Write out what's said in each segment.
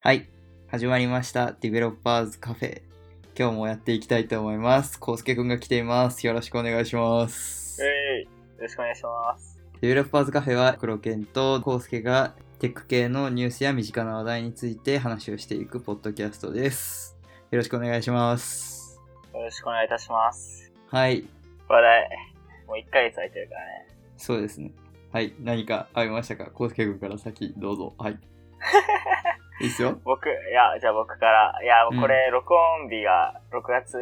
はい、始まりました。ディベロッパーズカフェ。今日もやっていきたいと思います。コウスケくんが来ています。よろしくお願いします。えい、よろしくお願いします。ディベロッパーズカフェは、黒健とコウスケがテック系のニュースや身近な話題について話をしていくポッドキャストです。よろしくお願いします。よろしくお願いいたします。はい、話題、もう1ヶ月空いてるからね。そうですね。はい、何かありましたかコウスケくんから先どうぞ。はい。いいっすよ。僕、いや、じゃあ僕から、いや、もうこれ、録音日が6月5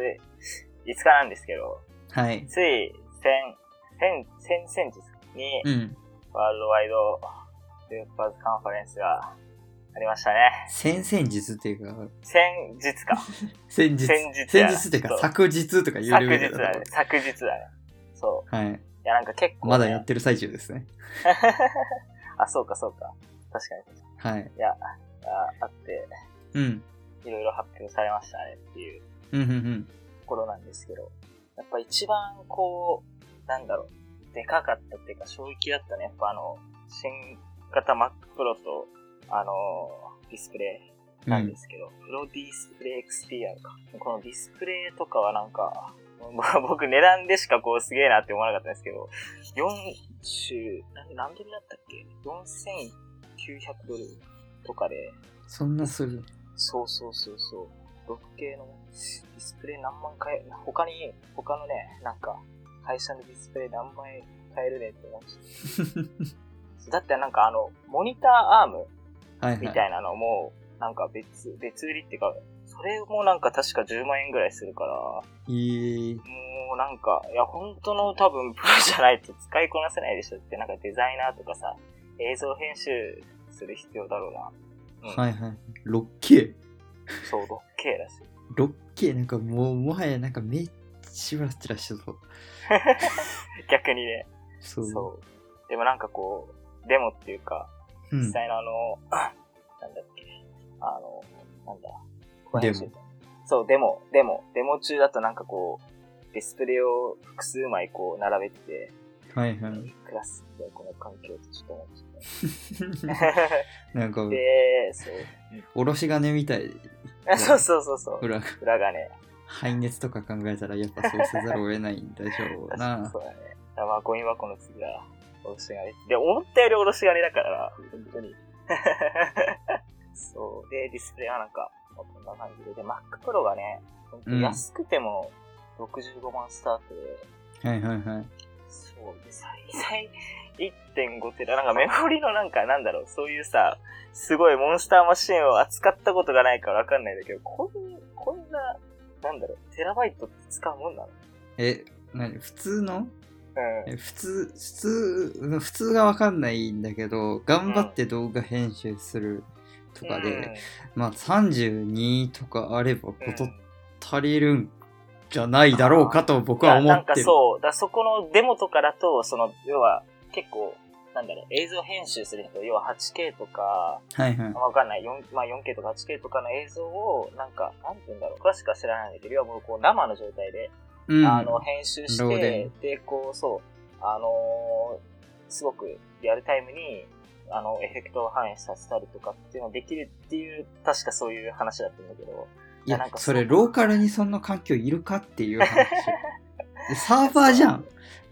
日なんですけど、はい。つい、先、先、先、先日にう、ん。ワールドワイドデベロッパーズカンファレンスがありましたね。先々日っていうか、先 日か。先日。先日先やな日っていうそか、う昨日とか言う昨レ日ベルだだね。昨日だね。そう。はい。いや、なんか結構、ね。まだやってる最中ですね。 あ、そうか、そうか。確かはに。い。ああって、うん。いろいろ発表されましたねっていう。うんうんうん。ところなんですけど、やっぱ一番こう、なんだろう、でかかったっていうか衝撃だったね。やっぱあの、新型 Mac Pro と、あのーディスプレイうなんんで、すけど、プロディスプレイ XDR か。このディスプレイとかはなんか、 ぼ僕値段でしかこうすげえなって思わなかったんですけど、40、何何ドルだったっけ ?4900 ドルとかで、そんなする。 そうそうそうそう。6K のディスプレイ何万回、他に、他のね、なんか、会社のディスプレイ何枚買えるねって思うし。だってなんかあの、モニターアームはいみはたい。いなのも、なんか別、別売りっていうか、それもなんか確か10万円ぐらいするから、いい。もうなんか、いや本当の多分プロじゃないと 使いこなせないでしょって、なんかデザイナーとかさ、映像編集する必要だろうな。うんはいはい。6K。そう、6K だし。 6K なんかもう、もはやなんか目しばらちらしてそう。逆にね。そう。そう。でもなんかこう、デモっていうか、う実ん。際のあの、なんだっけ、あの、なんだ、デモここら辺でそう、デモ、デモ、デモ中だとなんかこう、ディスプレイを複数枚こう並べてて、はい はい。クラスってこの環境ってちょっと思っちゃっ た。なんか、で、そうおろし金みたい。あ。そうそうそうそう。裏が裏がね、排熱とか考えたらやっぱそうせざるを得ないんでしょう確かにな そ。うだね。だからまあ、ゴミ箱の次は、おろし金。で、思ったよりおろし金だからな、本当に。 そう。で、ディスプレイはなんか、まあこんな感じで。で、Mac Pro がね、本当に安くても65万スタートで、はいはいはい。そうで、最大1.5テラ、なんかメモリのなんか、なんだろう、そういうさ、すごいモンスターマシンを扱ったことがないからわかんないんだけど、こんこんな、なんだろう、テラバイトって使うもんなのえ、なに普通のうん。え普通、普通、うん普通がわかんないんだけど、頑張って動画編集するとかで、うんまあ32とかあればこうんと足りるんじゃないだろうかと僕は思ななんってかる。そう、だそこのデモとかだと、その、要は、結構、なんだろう、映像編集する人、要は 8K とか、はいはいま。あわかんない、4まあ、4K とか 8K とかの映像を、なんか、なんて言うんだろう、詳しくは知らないんだけど、要はもうこう生の状態で、うん。あの、編集しローてデ、で、こう、そう、あのーすごくリアルタイムに、あの、エフェクトを反映させたりとかっていうのができるっていう、確かそういう話だったんだけど、いやなんかそそうれローカルにそんな環境いるかっていう 話。でサーバーじゃん。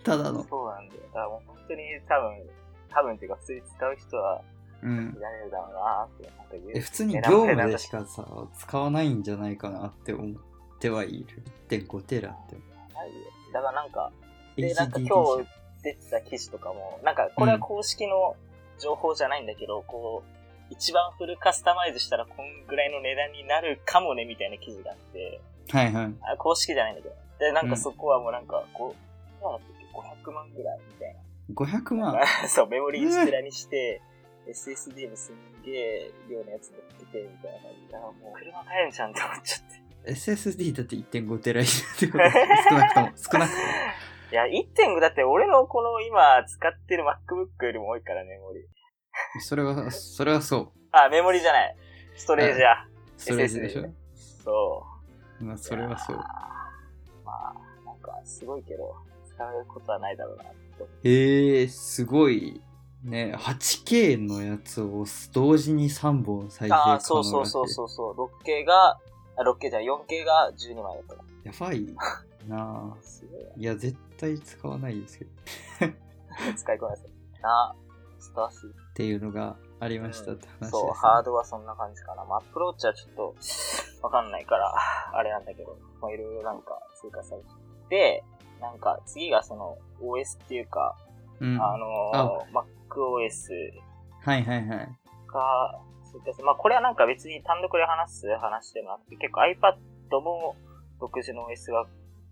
ただの。そうなんだよ。だからもう本当に多分、多分っていうか普通に使う人はうん見。られるだろうなって、なんか言えう。普通に業務でしかさ、使わないんじゃないかなって思ってはいる。1.5テラって。ないよだからなんか、で、 HDD なんか今日出てた記事とかも、なんかこれは公式の情報じゃないんだけど、こう、一番フルカスタマイズしたらこんぐらいの値段になるかもねみたいな記事があって、じゃんはいはい。あ公式じゃないんだけど。で、なんうんかそこはもうなんか、こう、どうだったっけ500万ぐらいみたいな。 500万。 そう、メモリーステラにして、SSD もすんげえ量のやつ乗ってて、みたいな感じで。あもう車買えんじゃんって思っちゃって。 SSD だって1.5テラ以上ってこと少なくとも。少なくとも。 いや、1.5だって俺のこの今使ってる MacBook よりも多いからメモリー。それは、それはそう。あ、メモリーじゃない。ストレージや。ストレージでし SSD ょそまあ、それはそう。う。まあ、なんかすごいけど、使うことはないだろうな。へえ、すごいね、8K のやつを同時に3本再生可能あだあ、ってそうそうそうそうそう。6K が、あ 6K じゃない、4K が12枚だったかやばいなあら。すごいいや、絶対使わないですけど。な。使いこなせる。なあ、スターシーっていうのがありましたって話です、ねそう、ハードはそんな感じかな。まあ、アプローチはちょっと、わかんないから、あれなんだけど、まあ、いろいろなんか追加されて。で、なんか次がその OS っていうか、うん。あはのー、MacOS いはいはい。が追加されまあ、これはなんか別に単独で話す話でもなくて、結構 iPad も独自の OS が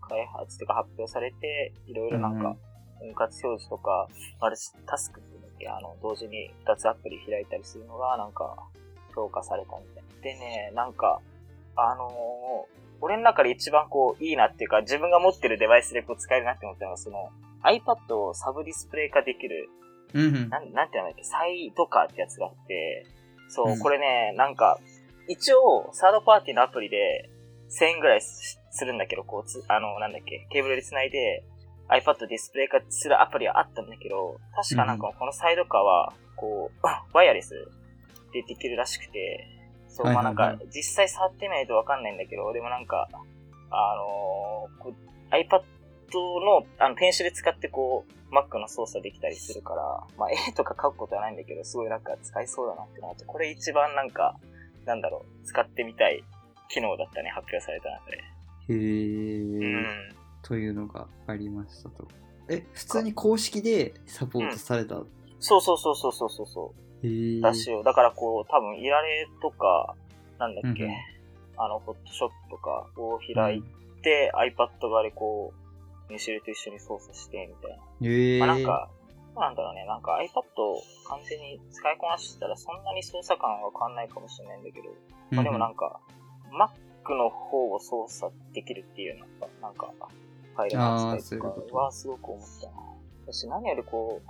開発というか発表されて、いろいろなんか、分割表示とか、あれ、タスクっていうんだっけあの、同時に2つアプリ開いたりするのが、なんか、強化されたみたいな。でね、なんか、あのー俺の中で一番こう、いいなっていうか、自分が持ってるデバイスでこう使えるなって思ったのは、その、iPad をサブディスプレイ化できる、うんうん。なん、なんて名前だっけサイドカーってやつがあって、そうう、んこれね、なんか、一応、サードパーティーのアプリで、1000円ぐらいすするんだけど、こう、つあの、なんだっけ、ケーブルで繋いで、iPad ディスプレイ化するアプリはあったんだけど、確かなんかこのサイドカーは、こう、 ワイヤレスでできるらしくて、そう、はいまあはいなはんいか、実際触ってみないとわかんないんだけど、でもなんか、あのーこう iPad のあのペンシル使ってこう、Mac の操作できたりするから、まあ絵とか描くことはないんだけど、すごいなんか使えそうだなって思って、これ一番なんか、なんだろう、使ってみたい機能だったね、発表された中で。へえ、うん。というのがありましたと。え、普通に公式でサポートされた、そうそうそうそうそうそうそう。へえ。だしを、だからこう、多分、いられとか、なんだっけ、うんうんあの、フォトショップとかを開いて、iPad 側でこう、ミシェルと一緒に操作して、みたいな。へえ。まあなんか、どうなんだろうね、なんか iPad を完全に使いこなしてたら、そんなに操作感は変わんないかもしれないんだけど、うんうまあん、でもなんか、Mac の方を操作できるっていうのが、なんか、ファイルの使あーそういいとうこかとはすごく思ったな。私何よりこ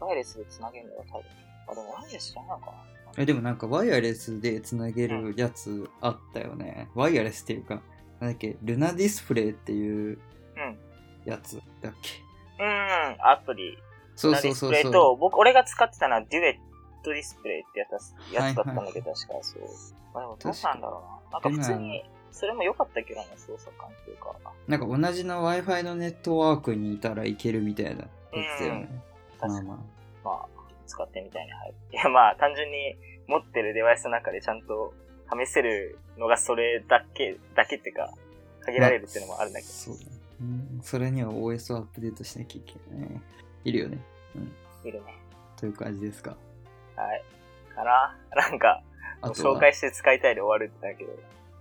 う、ワイヤレスで繋げるのが多分、あ、でもワイヤレスじゃないのかな。えでもなんかワイヤレスでつなげるやつあったよね。ワイヤレスっていうか、なんだっけ、ルナディスプレイっていううんやつだっけ。うーん、アプリ。そうそうそうディスプレそイう。と、僕、俺が使ってたのはデュエットディスプレイってやつだやつだったんだけど、確かそう。まあでも、どうなんだろうな。なんか普通に、それも良かったけどね、操作感っていうか。なんか同じの Wi-Fi のネットワークにいたらいけるみたいなやつだよね。確まかあに、まあ。まあ、使ってみたいな、はい。いや、まあ、単純に持ってるデバイスの中でちゃんと試せるのがそれだけ、だけっていうか、限られるっていうのもあるんだけど。そうだねうんそれには OS をアップデートしなきゃいけない。いるよね。いるね。という感じですか。はい。かななんか、あとは紹介して使いたいで終わるんだけど。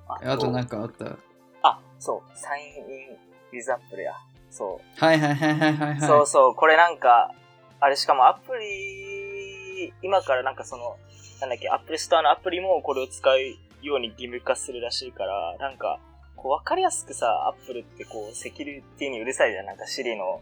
あとなんかあった。あ、そう、サインインウィズアップルや。そう。はいはいはいはいはい、はい。そうそう、これなんか、あれしかもアプリ、今からなんかその、なんだっけ、アップルストアのアプリもこれを使うように義務化するらしいから、なんか、こう分かりやすくさ、アップルってこう、セキュリティにうるさいじゃん、なんか Siri の、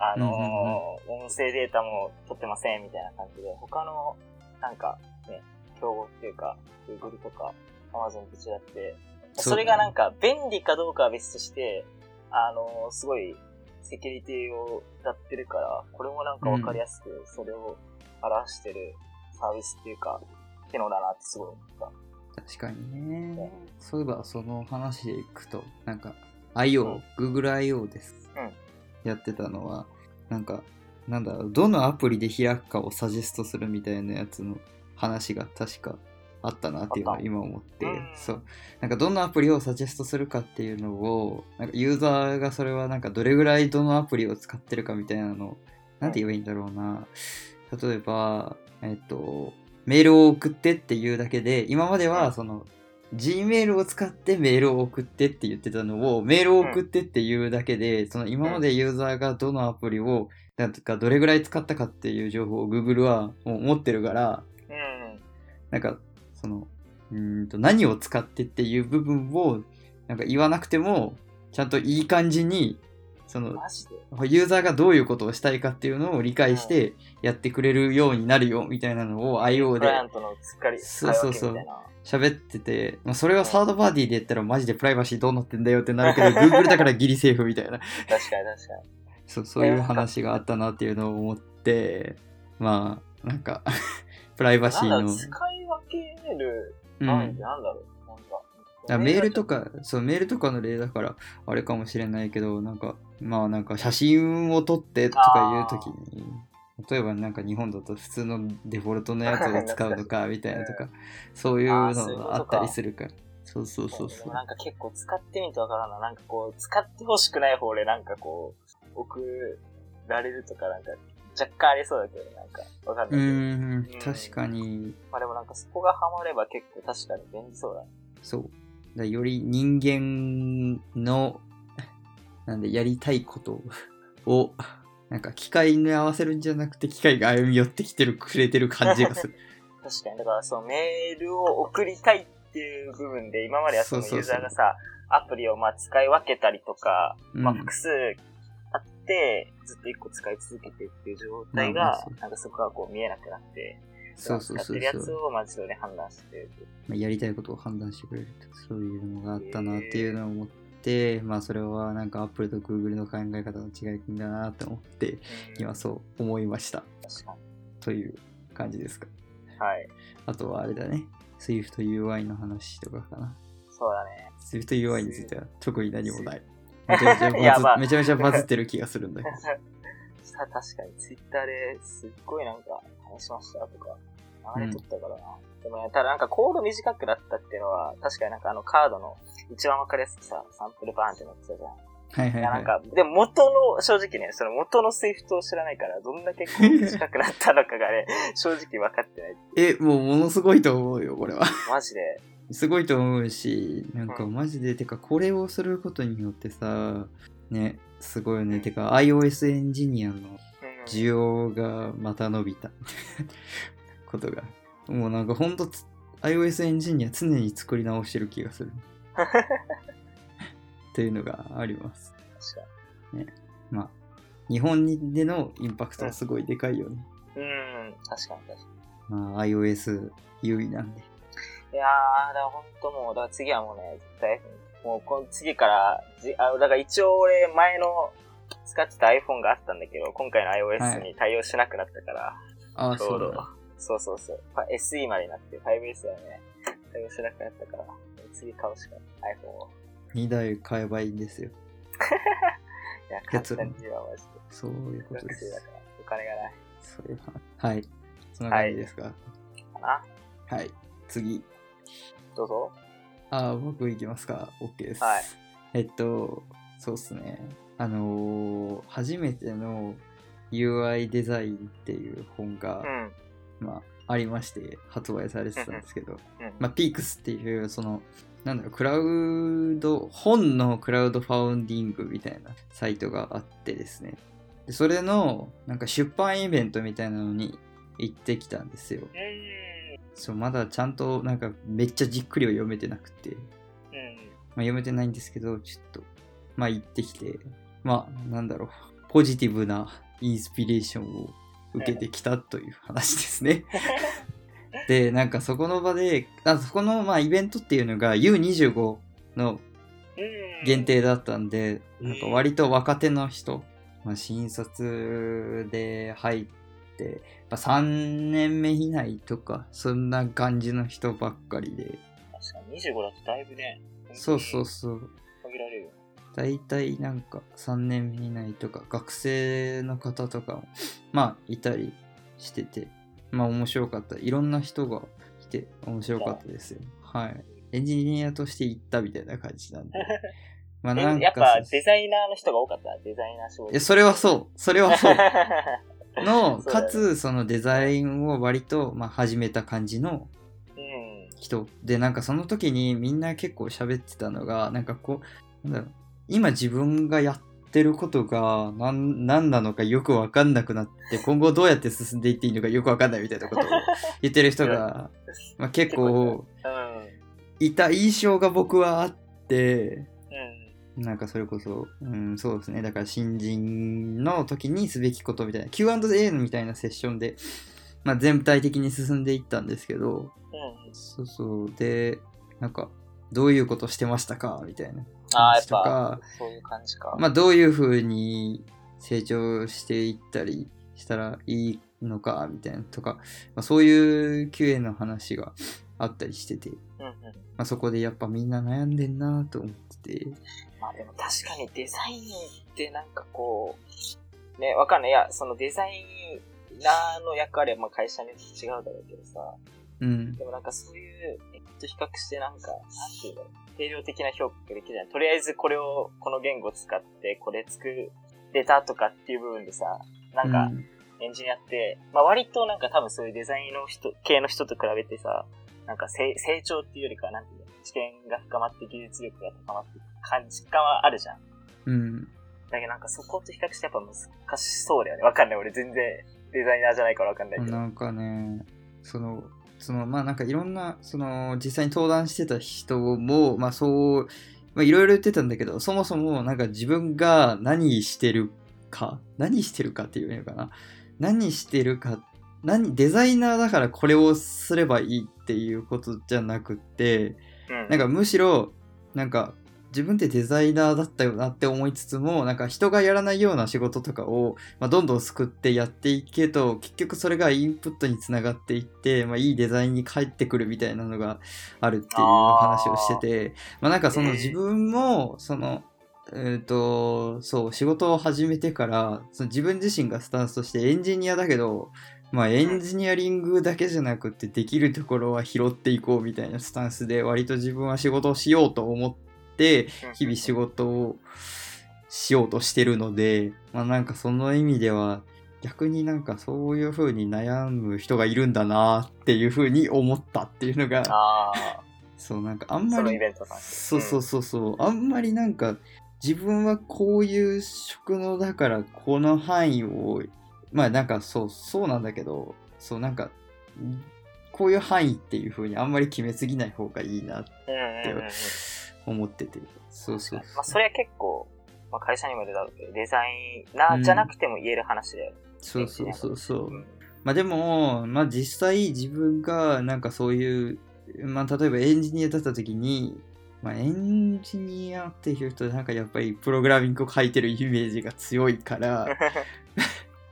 あのー音声データも取ってませんみたいな感じで、他の、なんか、ね、競合っていうか、Google とか Amazon と違って、そうそれがなんか便利かどうかは別として、あのーすごいセキュリティをやってるから、これもなんかわかりやすくそれを表してるサービスっていうか、機能だなってすごい思っ確かにた。ね。そういえばその話でいくと、なんか IO、Google IO です。うんやってたのは、なんか、なんだろう、どのアプリで開くかをサジェストするみたいなやつの話が確かあったなっていうのあっはた今思ってうん、そう。なんかどのアプリをサジェストするかっていうのを、なんかユーザーがそれはなんかどれぐらいどのアプリを使ってるかみたいなのを、なんて言えばいいんだろうな。例えば、えっと、メールを送ってっていうだけで、今までうんはその、Gmail を使ってメールを送ってって言ってたのを、メールを送ってっていうだけで、その今までユーザーがどのアプリを、なんとかどれぐらい使ったかっていう情報を Google はもう持ってるから、うん。なんか、その、うーんと、何を使ってっていう部分を、なんか言わなくても、ちゃんといい感じに、その、マジでユーザーがどういうことをしたいかっていうのを理解してやってくれるようになるよみたいなのを IO クでライアントのつっかり使い分けみたいな。喋ってて、まあ、それはサードパーティーで言ったらマジでプライバシーどうなってんだよってなるけ ど Google だからギリセーフみたいな確かに確かに。そうそういう話があったなっていうのを思ってまあ なんかプライバシーなんのだ、使い分けるう範囲っんて、なんだろう、なんか。だからメールとか、そう、メールとかの例だから、あれかもしれないけど、なんか、まあなんか写真を撮ってとかいうときに、例えばなんか日本だと普通のデフォルトのやつを使うのか、 みたいなとか、そういうのがあったりするから。そうそうそうでそもう。なんか結構使ってみてわからんな。なんかこう、使ってほしくない方でなんかこう、送られるとかなんか、若干ありそうだけど、なんか、わかんうないけど。ーんうん、確かに、まあでもなんかそこがハマれば結構確かに便利そうだね。そう。だからより人間の、なんで、やりたいことを、なんか機械に合わせるんじゃなくて、機械が歩み寄ってきてる、くれてる感じがす る。確かに。だからそのメールを送りたいっていう部分で、今まではそのユそうそうーそうザーがさ、アプリをまあ使い分けたりとか、うんまあ複数あって、ずっと一個使い続けてっていう状態まあまあがそう、なんかそこがこう見えなくなって、そうそう使そっうてるやそつう、をまあ自動で判断してる。まあ、やりたいことを判断してくれるとそういうのがあったなっていうのを思って、まあそれはなんか Apple と Google の考え方の違いだなって思ってうん今そう思いました確かに。という感じですかはい。あとはあれだね SwiftUI の話とかかなそうだね。 SwiftUI については特に何もないめちゃめちゃ いやバズまあめちゃめちゃバズってる気がするんだけどさ確かに、ツイッターですっごいなんか、話しましたとか、流れとったからな。でもね、ただなんかコード短くなったっていうのは、確かになんかあのカードの一番わかりやすくさ、サンプルバーンってなってたじゃん。はいはい いやはないんか、でも元の、正直ね、その元のスイフトを知らないから、どんだけコー ド短くなったのかがね、正直分かってない。えもうものすごいと思うよこれはマジで。すごいと思うしなんかうんマジで、てかこれをすることによってさねすごいよねてか iOS エンジニアのうん需要がまた伸びた ことがもうなんかほんとつ iOS エンジニア常に作り直してる気がするというのがあります確かまあ日本でのインパクトはすごいでかいよね、に。うん、確かに確かに。まあ iOS 優位なんでいやー、だからほんともう、だから次はもうね、絶対、もうこの次から、じあだから一応俺、前の使ってた iPhone があったんだけど、今回のは iOS いに対応しなくなったから、ああちょそううどだ、そうそうそう、まあ SE までになって、5S はね、対応しなくなったから、次買うしかない、iPhone を。 2台買えばいいんですよいや、買っ結た論にはマジで、そういうこと学で生すだから、お金がないそういう話。はい。そんな感じですか。はかな。い。次。どうぞ。あー、僕いきますか。OK です。はいえっと、そうっすね。あのー初めての UI デザインっていう本がう、ん。うん。まあ、ありまして、発売されてたんですけど、ままあ、ピークスっていう、その、なんだろう、クラウド、本のクラウドファウンディングみたいなサイトがあってですね。でそれの、なんか出版イベントみたいなのに行ってきたんですよ。うそう、まだちゃんと、なんかめっちゃじっくりは読めてなくて、ん。うん。まあ、読めてないんですけど、ちょっと、まあ行ってきて、まあ、なんだろう、ポジティブなインスピレーションを受けてきたという話ですね。で、なんかそこの場で、あそこのまあイベントっていうのが U25 のうん。限。定だったんで、うんなんか割と若手の人、まあ、新卒で入って、まあ、3年目以内とか、そんな感じの人ばっかりで、確かに25だとだいぶね、。そうそううそう、限られるよね。大体なんか3年以内とか学生の方とかもまあいたりしててまあ面白かったいろんな人が来て面白かったですよはいエンジニアとして行ったみたいな感じ なんでまあえなんかやっぱそうデザイナーの人が多かったデザイナー仕事いやそれはそうそれは そうのそうかだよねつそのデザインを割とまあ始めた感じのうん人でなんかその時にみんな結構喋ってたのがなんかこうなんだろう今自分がやってることが何何なのかよく分かんなくなって今後どうやって進んでいっていいのかよく分かんないみたいなことを 言ってる人が、まあ、結構うんいた印象が僕はあってうんなんかそれこそ、うん、そうですねだから新人の時にすべきことみたいな Q&A みたいなセッションで、まあ、全体的に進んでいったんですけど、うんそうそう。で、なんか、どういうことしてましたかみたいな。ああやっとぱかそういう感じかまあ、どういうふうに成長していったりしたらいいのか、みたいなとか、まあ、そういう QA の話があったりしてて、うんうん。まあ、そこでやっぱみんな悩んでんなと思ってて、まあでも確かにデザインってなんかこう、ね、わかんない。いや、そのデザイナーの役割はまあ会社によって違うだろうけどさ、うん、でもなんかそういう、えっと、比較してなんか、なんていうんだろう。定量的な評価ができるじゃん。とりあえずこれを、この言語使って、これ作れたとかっていう部分でさ、なんか、うんエンジニアって、まあ割となんか多分そういうデザインの人、系の人と比べてさ、なんかせ成長っていうよりかは、なんていうの、知見が深まって技術力が高まっていく感じ感はあるじゃん。うん、だけどなんかそこと比較してやっぱ難しそうだよね。わかんない。俺全然デザイナーじゃないからわかんないけど。なんかね、その、そのまあなんかいろんな、その実際に登壇してた人も、まあそう、まあいろいろ言ってたんだけど、そもそもなんか自分が何してるか、何してるかっていうのかな、何してるか、何、デザイナーだからこれをすればいいっていうことじゃなくって、うん。なんかむしろなんか自分ってデザイナーだったよなって思いつつもなんか人がやらないような仕事とかを、まあ、どんどん救ってやっていけと結局それがインプットにつながっていって、まあ、いいデザインに返ってくるみたいなのがあるっていう話をしててまあ、なんかそのえー自分もその、えー、とそう仕事を始めてからその自分自身がスタンスとしてエンジニアだけど、まあ、エンジニアリングだけじゃなくてできるところは拾っていこうみたいなスタンスで割と自分は仕事をしようと思って日々仕事をしようとしてるので、まあ、なんかその意味では逆になんかそういう風に悩む人がいるんだなっていう風に思ったっていうのがああ、そうなんかあんまそのりイベントさん。そうそうそうそう、あんまりなんか自分はこういう職能だからこの範囲をまあなんかそうそうなんだけどそうなんかんこういう範囲っていう風にあんまり決めすぎない方がいいなってうんうんうんうん。思っててそうそうまあそれは結構、まあ会社にも出たろうけど、デザイナーじゃなくても言える話だよね。そうそうそうそううん まあでも、まあ実際自分がなんかそういう、まあ例えばエンジニアだった時に、まあエンジニアっていうとなんかやっぱりプログラミングを書いてるイメージが強いから、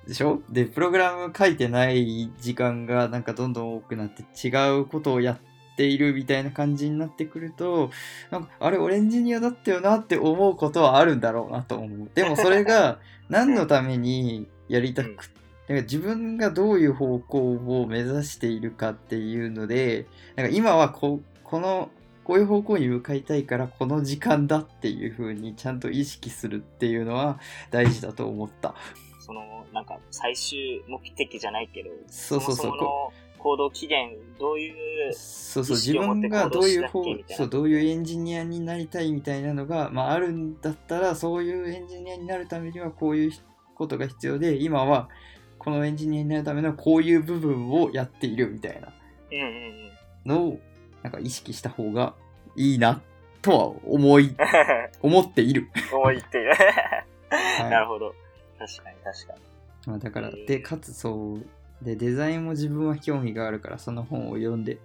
でしょで、プログラム書いてない時間がなんかどんどん多くなって違うことをやっているみたいな感じになってくると、なんかあれ、俺エンジニアだったよなって思うことはあるんだろうなと思う。でもそれが何のためにやりたくなんか自分がどういう方向を目指しているかっていうので、なんか今はここの、こういう方向に向かいたいからこの時間だっていう風にちゃんと意識するっていうのは大事だと思った。その、なんか最終目的じゃないけど、そうそうそう。ももの行動期限、どう いう、そうそう意自識を持っ分てがどういう行動方しなきゃみたいなそうどういうエンジニアになりたいみたいなのが、まあ、あるんだったらそういうエンジニアになるためにはこういうことが必要で今はこのエンジニアになるためのこういう部分をやっているみたいなうんうんうん。のをなんか意識した方がいいなとは思い思っている、思 いっていう。いなるほど。確かに確かに。まあ、だからへえでかつそうでデザインも自分は興味があるからその本を読んでう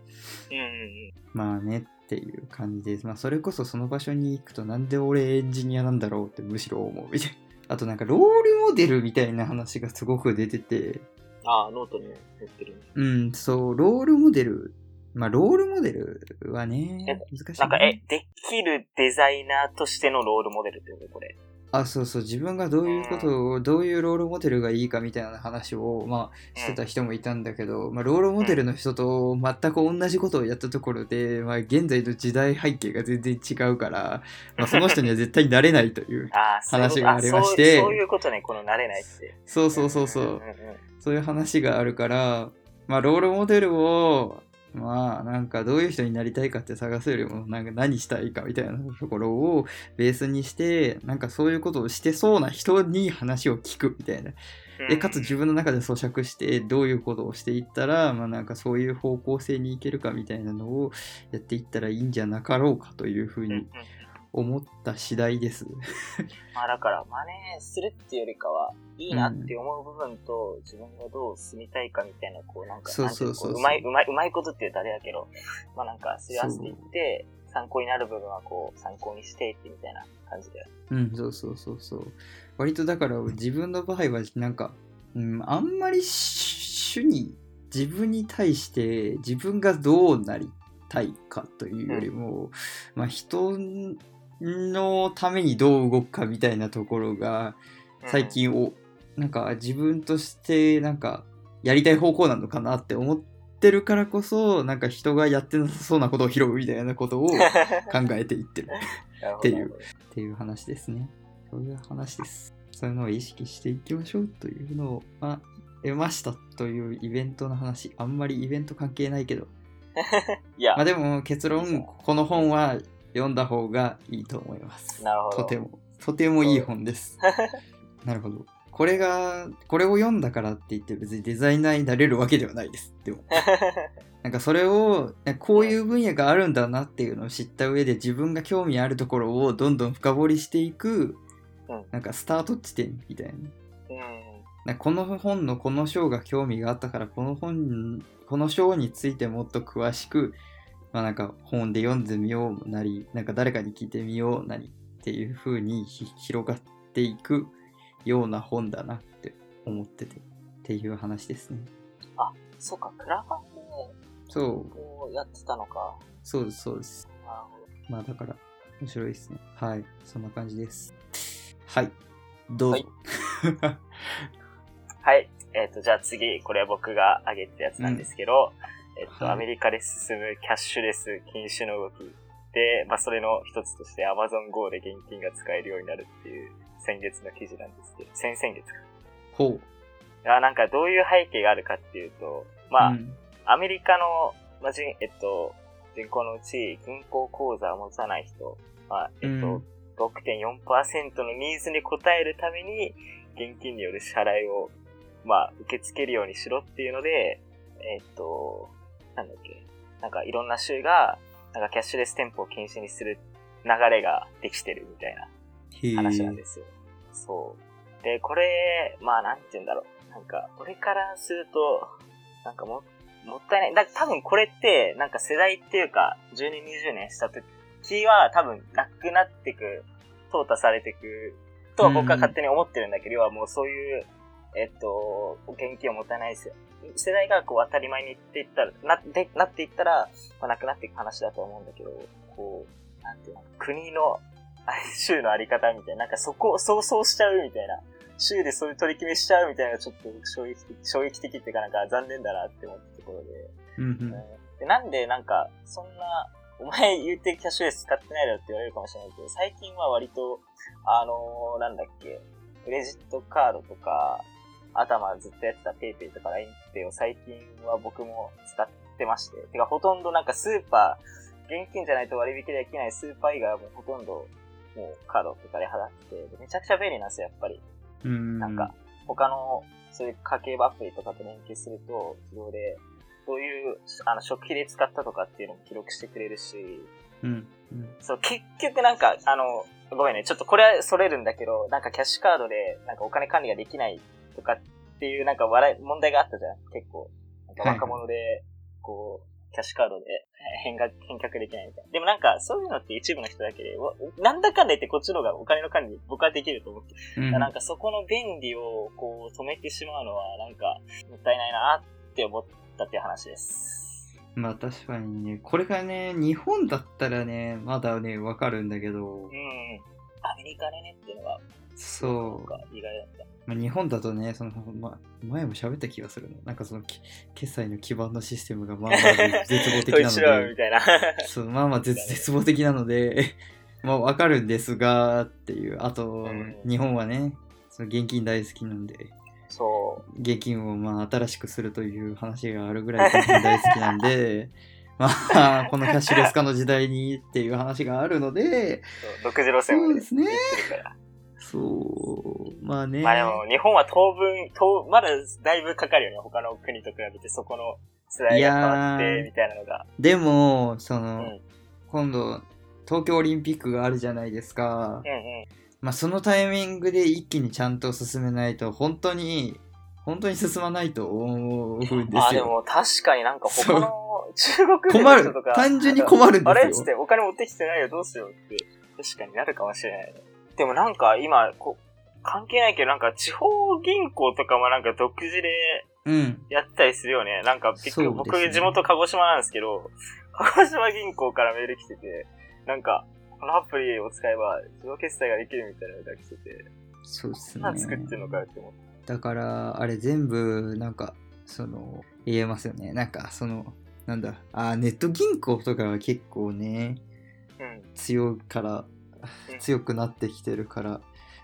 んうんまあねっていう感じです。まあそれこそその場所に行くとなんで俺エンジニアなんだろうってむしろ思うみたいな。あとなんかロールモデルみたいな話がすごく出てて、うん。ああ、ノートにも載ってるね。うん、そう、ロールモデル、まあロールモデルはね、え難しいね、なんか、え、できるデザイナーとしてのロールモデルってことこれ。あ、そうそう、自分がどういうことを、どういうロールモデルがいいかみたいな話を、まあ、してた人もいたんだけど、まあ、ロールモデルの人と全く同じことをやったところで、まあ、現在の時代背景が全然違うから、まあ、その人には絶対なれないという。ああ、そういうこ話とがありましてあそうそういうことね、この慣れないって。そうそうそうそんんう。んそういう話があるから、まあ、ロールモデルを、まあ、なんかどういう人になりたいかって探すよりも、なんか何したいかみたいなところをベースにして、なんかそういうことをしてそうな人に話を聞くみたいな。うんで、かつ自分の中で咀嚼して、どういうことをしていったら、まあなんかそういう方向性に行けるかみたいなのをやっていったらいいんじゃなかろうかというふううんうんに思った次第です。まあだから、真似するっていうよりかは、いいなって思う部分と、自分がどう住みたいかみたいな、こう、なんか、そうなんてそいうのこそううそううまい、うまい、うまいことって言うとあれやけど、まあなんか、すり合わせていって、参考になる部分はこう、参考にしていってみたいな感じで。うん、そうそうそうそう。割とだから自分の場合はなんか、うん、あんまりし主に自分に対して自分がどうなりたいかというよりも、まあ、人のためにどう動くかみたいなところが最 近を、なんか自分としてなんかやりたい方向なのかなって思ってるからこそなんか人がやってなさそうなことを拾うみたいなことを考えてい ってるっていうっていう話ですね。そういう話です。そういうのを意識していきましょうというのを、まあ、得ましたというイベントの話。あんまりイベント関係ないけど。いやまあ、でも結論、この本は読んだ方がいいと思います。なるほどとても、とてもいい本です。 なるほど。これが、これを読んだからって言って別にデザイナーになれるわけではないです。でも、なんかそれを、なんかこういう分野があるんだなっていうのを知った上で自分が興味あるところをどんどん深掘りしていくうん、なんかスタート地点みたいな。 うんなんかこの本のこの章が興味があったからこの本この章についてもっと詳しく、まあ、なんか本で読んでみようなりなんか誰かに聞いてみようなりっていう風にひ広がっていくような本だなって思っててっていう話ですね。そうか、クラファンもそうこうやってたのか。そうですそうです。なるまあだから面白いですね。はいそんな感じです。はいどうぞ。ほどはい。えっ、と、じゃあ次、これ僕が挙げてたやつなんですけど、えっ、と、はいアメリカで進むキャッシュレス禁止の動きで、まあ、それの一つとして Amazon Go で現金が使えるようになるっていう先月の記事なんですけど、先々月 ほか。あなんかどういう背景があるかっていうと、う。まあ、うんアメリカの、まあ、人、えっと、人口のうち、銀行口座を持たない人は、えっと、うん6.4%のニーズに応えるために、現金による支払いを、まあ、受け付けるようにしろっていうので、えっと、なんだっけ、なんかいろんな州が、なんかキャッシュレス店舗を禁止にする流れができてるみたいなへー話なんですよ。そう。で、これ、まあなんて言うんだろう。なんか、俺からすると、なんかも、もったいない。だ多分これって、なんか世代っていうか、10年、20年した時は多分なくなってく、淘汰されてく、とは僕は勝手に思ってるんだけど、要はもうそういう、えっと、現金を持たないですよ。世代がこう当たり前にっていったら、なって、なっていったら、まあ、なくなっていく話だと思うんだけど、こう、なんていうの、国のあれ州のあり方みたいな、なんかそこを想像しちゃうみたいな、州でそういう取り決めしちゃうみたいなのがちょっと衝撃的、衝撃的っていうかなんか残念だなって思ったところで。うんうんでなんでなんか、そんな、お前言うてキャッシュレス使ってないだろって言われるかもしれないけど、最近は割と、あのーなんだっけ、クレジットカードとか、あとはまあずっとやってたペイペイとか LINE ペイを最近は僕も使ってまして、てかほとんどなんかスーパー、現金じゃないと割引できないスーパー以外はもうほとんど、もうカードとかで払ってて、めちゃくちゃ便利なんですよ、やっぱり。うんなんか、他の、そういう家計簿アプリとかと連携すると、自動で、どういう、あの、食費で使ったとかっていうのも記録してくれるし、うんうんそう、結局なんか、あの、ごめんね、ちょっとこれはそれるんだけど、なんかキャッシュカードで、なんかお金管理ができないとかっていう、なんか笑い、問題があったじゃん、結構。なんか若者で、こう、キャッシュカードでえー返却、返却できないみたいな。でもなんか、そういうのって一部の人だけで、わなんだかんだ言ってこっちの方がお金の管理僕はできると思ってうんなんかそこの便利をこう止めてしまうのはなんかもったいないなって思ったっていう話です。まあ確かにね、これがね、日本だったらね、まだね、わかるんだけどうん、、アメリカでねっていうのがなんそか意外だった。う、まあ、日本だとね、その、ま、前も喋った気がするの。なんかその、き決済の基盤のシステムがまあまあ 絶望的 取りな調べのみたいな。 で、そうまあまあ絶絶望的なので、 まあわかるんですが、っていう。あとうん、日本はね、その現金大好きなんで、そ現金をまあ新しくするという話があるぐらい現金大好きなんで まあこのキャッシュレス化の時代にっていう話があるのでう、そう独自路線をそうですねってるから。そうまあね、まあでも日本は当分、当まだだいぶかかるよね。他の国と比べてそこの世代が変わっいやてーみたいなのが。でもそうん。うの、んうん。今度東京オリンピックがあるじゃないですか、まあ、そのタイミングで一気にちゃんと進めないと本当に本当に進まないと思うんであ、すでよも確かになんか他の中国人困の人るとか。単純に困るんですよあれっつってお金持ってきてないよ、どうしようって。確かになるかもしれない。でもなんか今、こ関係ないけど、なんか地方銀行とかもなんか独自で、うん。やったりするよね。なんか、結局そうです僕、ね地元鹿児島なんですけど、鹿児島銀行からメール来てて、なんか、このアプリを使えば自動決済ができるみたいなのが来てて、そうですそんねな。ん作ってんのかよって思って。だから、あれ全部、なんか、その、言えますよね。なんか、その、なんだ、あー、ネット銀行とかは結構ね、うん。強いからうん強くなってきてるから、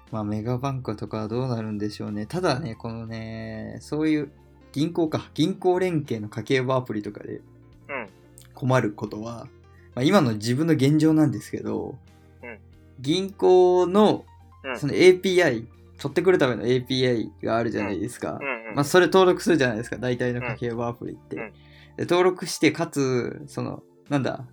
まあ、メガバンクとかはどうなるんでしょうねただねこのねそういう銀行か銀行連携の家計簿アプリとかでうん困ることは、まあ、今の自分の現状なんですけど、うん銀行のうんその API 取ってくるための API があるじゃないですか、うん、うん。まあ、それ登録するじゃないですか大体の家計簿アプリって、うんうんで登録してかつそのなんだ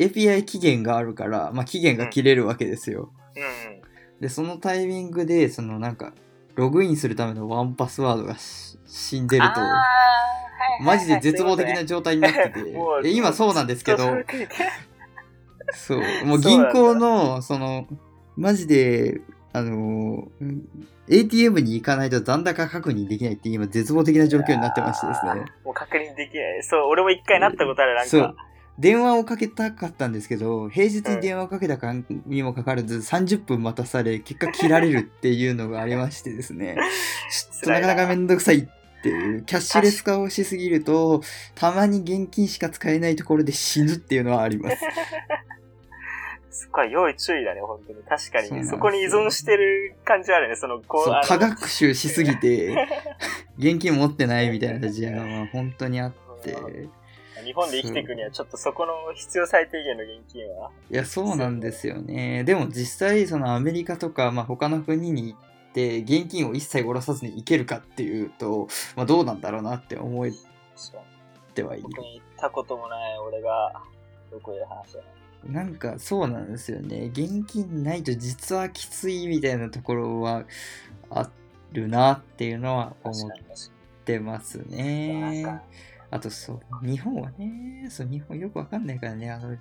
API 期限があるから、まあ、期限が切れるわけですよ、うん、うん。でそのタイミングでそのなんかログインするためのワンパスワードがし死んでるあーとはいはいはいマジで絶望的な状態になってて、ね もうえ今そうなんですけどそういう経験そうもうそう銀なんだ行のそのマジであのー ATM に行かないと残高確認できないって今絶望的な状況になってましてですねもう確認できない。そう、俺も一回なったことある、なんか。そう。電話をかけたかったんですけど、平日に電話をかけたかんにもかかわらず、30分待たされ、結果切られるっていうのがありましてですね、ちょっとなかなかめんどくさいっていう、キャッシュレス化をしすぎると、たまに現金しか使えないところで死ぬっていうのはあります。そこは要注意だね、本当に。確かにそうなんね。ですそよこに依存してる感じあるね、その、こう、そうあ科の、学習しすぎて、現金持ってないみたいな事案は本当にあって、日本で生きていくには、ちょっとそこの必要最低限の現金は。いやそうなんですよねでも実際そのアメリカとか、まあ、他の国に行って現金を一切下ろさずに行けるかっていうと、まあ、どうなんだろうなって思っそうてはいる僕に行ったこともない俺が、どこへ話だなんかそうなんですよね現金ないと実はきついみたいなところはあるなっていうのは確思っかに確かてますに。ねなんか、あとそう、日本はね、そう、日本よくわかんないからね、あの、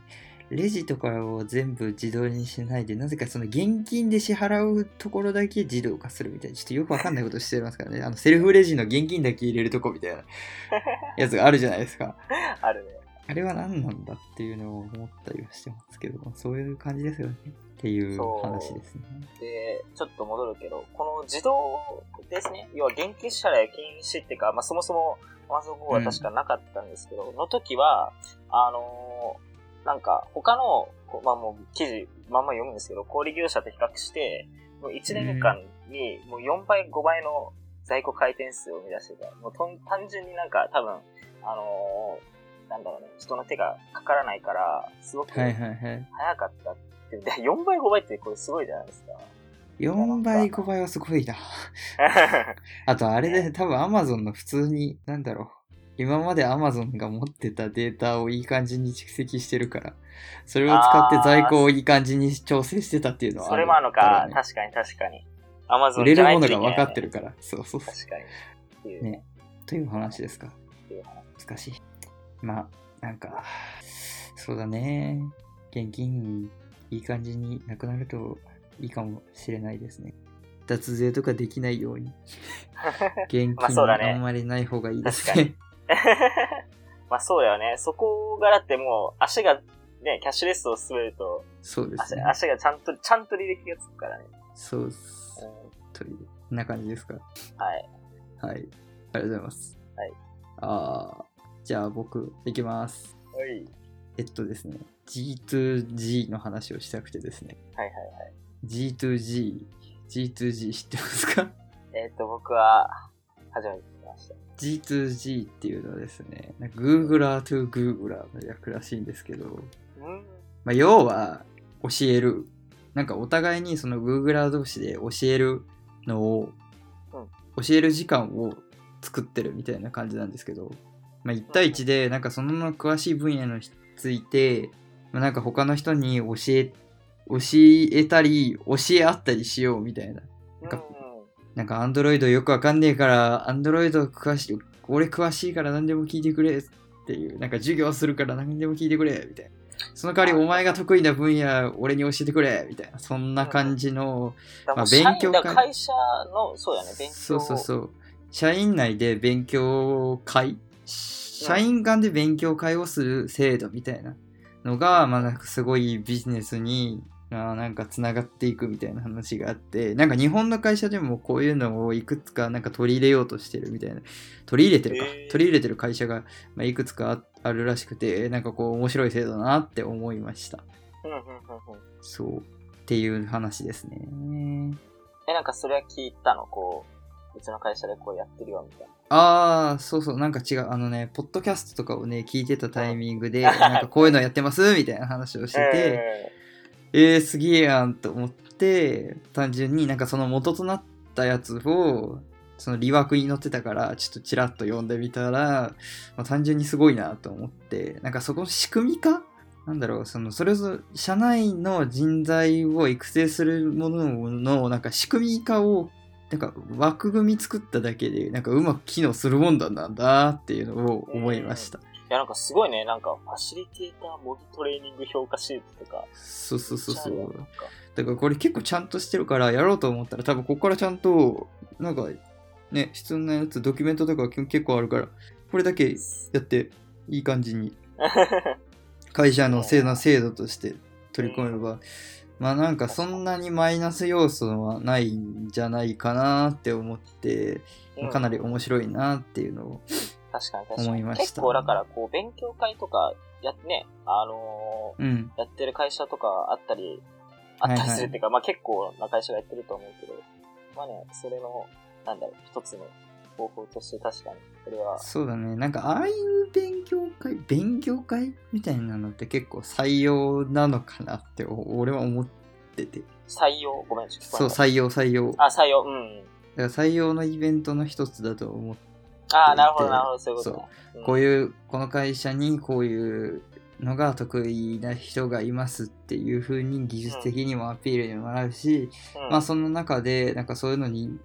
レジとかを全部自動にしないで、なぜかその現金で支払うところだけ自動化するみたいな、ちょっとよくわかんないことしてますからね、あの、セルフレジの現金だけ入れるとこみたいなやつがあるじゃないですか。あるね。あれは何なんだっていうのを思ったりはしてますけど、そういう感じですよね。っていうそう話ですね。で、ちょっと戻るけど、この自動ですね、要は現金支払い禁止っていうか、まあ、そもそも Amazon Go は確かなかったんですけど、の時は、あのーなんか他の、こうまあ、もう記事、まんま読むんですけど、小売業者と比較して、もう1年間にもう4倍、5倍の在庫回転数を生み出してた。もうとん単純になんか多分、あのーなんだろうね、人の手がかからないから、すごくはい早はいはい。かったって、で4倍、5倍ってこれすごいじゃないですか。 4倍、5倍はすごいな。あとあれで多分 Amazon の普通に、なんだろう。今まで Amazon が持ってたデータをいい感じに蓄積してるから、それを使って在庫をいい感じに調整してたってい うのはそれもあるのか、だろうね確かに確かに。アマ売ゾンれるものが分分かってるから。そうそうそう。確かに。っていうね。ね。という話ですかていう。難しい。まあ、なんか、そうだね。現金、いい感じになくなるといいかもしれないですね。脱税とかできないよう に。現金まあそうだねあんまりない方がいいです確かね。 まあそうだよね。そこがだってもう足がね、キャッシュレスを進めると、そうです足ね。足がちゃんと、ちゃんと履歴がつくからね。そうっすうん。という、こんな感じですか。はい。あはい。りがとうございます。はい。あーじゃあ僕、いきます。おい。えっとですね、G2G の話をしたくてですね。はいはい。 G2G、G2G 知ってますか えっ、と、僕は、初めて聞きました。 ?G2G っていうのはですね、Googler to Googler の略らしいんですけど、うん。まあ、要は教えるなんかお互いにその Googler 同士で教えるのを、教える時間を作ってるみたいな感じなんですけど、まあ、1対1でなんかその詳しい分野について、まあ、なんか他の人に教え教えたり教え合ったりしようみたいなうんかなんかアンドロイドよくわかんねえから、アンドロイド詳しい、俺詳しいから何でも聞いてくれっていう、なんか授業するから何でも聞いてくれみたいな。その代わりお前が得意な分野俺に教えてくれみたいな、そんな感じの、だからもうまあ勉強社員だ会会社の、そうだね、勉強そうそうそう、社員内で勉強会社員間で勉強会をする制度みたいなのが、まあ、なんかすごいビジネスにまあなんかつながっていくみたいな話があってなんか日本の会社でもこういうのをいくつかなんか取り入れようとしてるみたいな取り入れてるか、へー取り入れてる会社が、まあ、いくつかああるらしくてなんかこう面白い制度だなって思いましたうんうんうんうん。そうっていう話ですねえ、なんかそれは聞いたのこう、うちの会社でこうやってるよみたいな。ああ、そうそう、なんか違う、あのね、ポッドキャストとかをね、聞いてたタイミングで、なんかこういうのやってますみたいな話をしてて、えー、すげえやんと思って、単純になんかその元となったやつを、その理枠に載ってたから、ちょっとチラッと読んでみたら、まあ、単純にすごいなと思って、なんかそこの仕組みかなんだろう、その、それぞれ、社内の人材を育成するものの、なんか仕組み化を、なんか枠組み作っただけで、なんかうまく機能するもんだなんだっていうのを思いました。いや、なんかすごいね、なんか、ファシリテーター模擬トレーニング評価シートとか。そうそうそうそめっちゃあうるよ。なんかだからこれ結構ちゃんとしてるからやろうと思ったら多分ここからちゃんとなんかね必要なやつドキュメントとか結構あるからこれだけやっていい感じに会社の制度制度として取り込めばまあなんかそんなにマイナス要素はないんじゃないかなって思ってうんかなり面白いなっていうのを確かに確かに。思いました結構だから、こう、勉強会とか、やってね、あのうんーやってる会社とかあったり、あったりするっていうか、まあ結構な会社がやってると思うけど、まあね、それの、なんだろう、一つの方法として確かに、これは、そうだねなんかああいう勉強会勉強会みたいなのって結構採用なのかなってお俺は思ってて採用、ごめん、ちょっとそう、採用、採用。だかあ、採用、うんうん。ら採用のイベントの一つだと思って、ああ、なるほど、なるほど、そういうことね。んこういう、この会社にこういうのが得意な人がいますっていう風に技術的にもアピールにもなるし、うんまあその中で、なんかそういうのに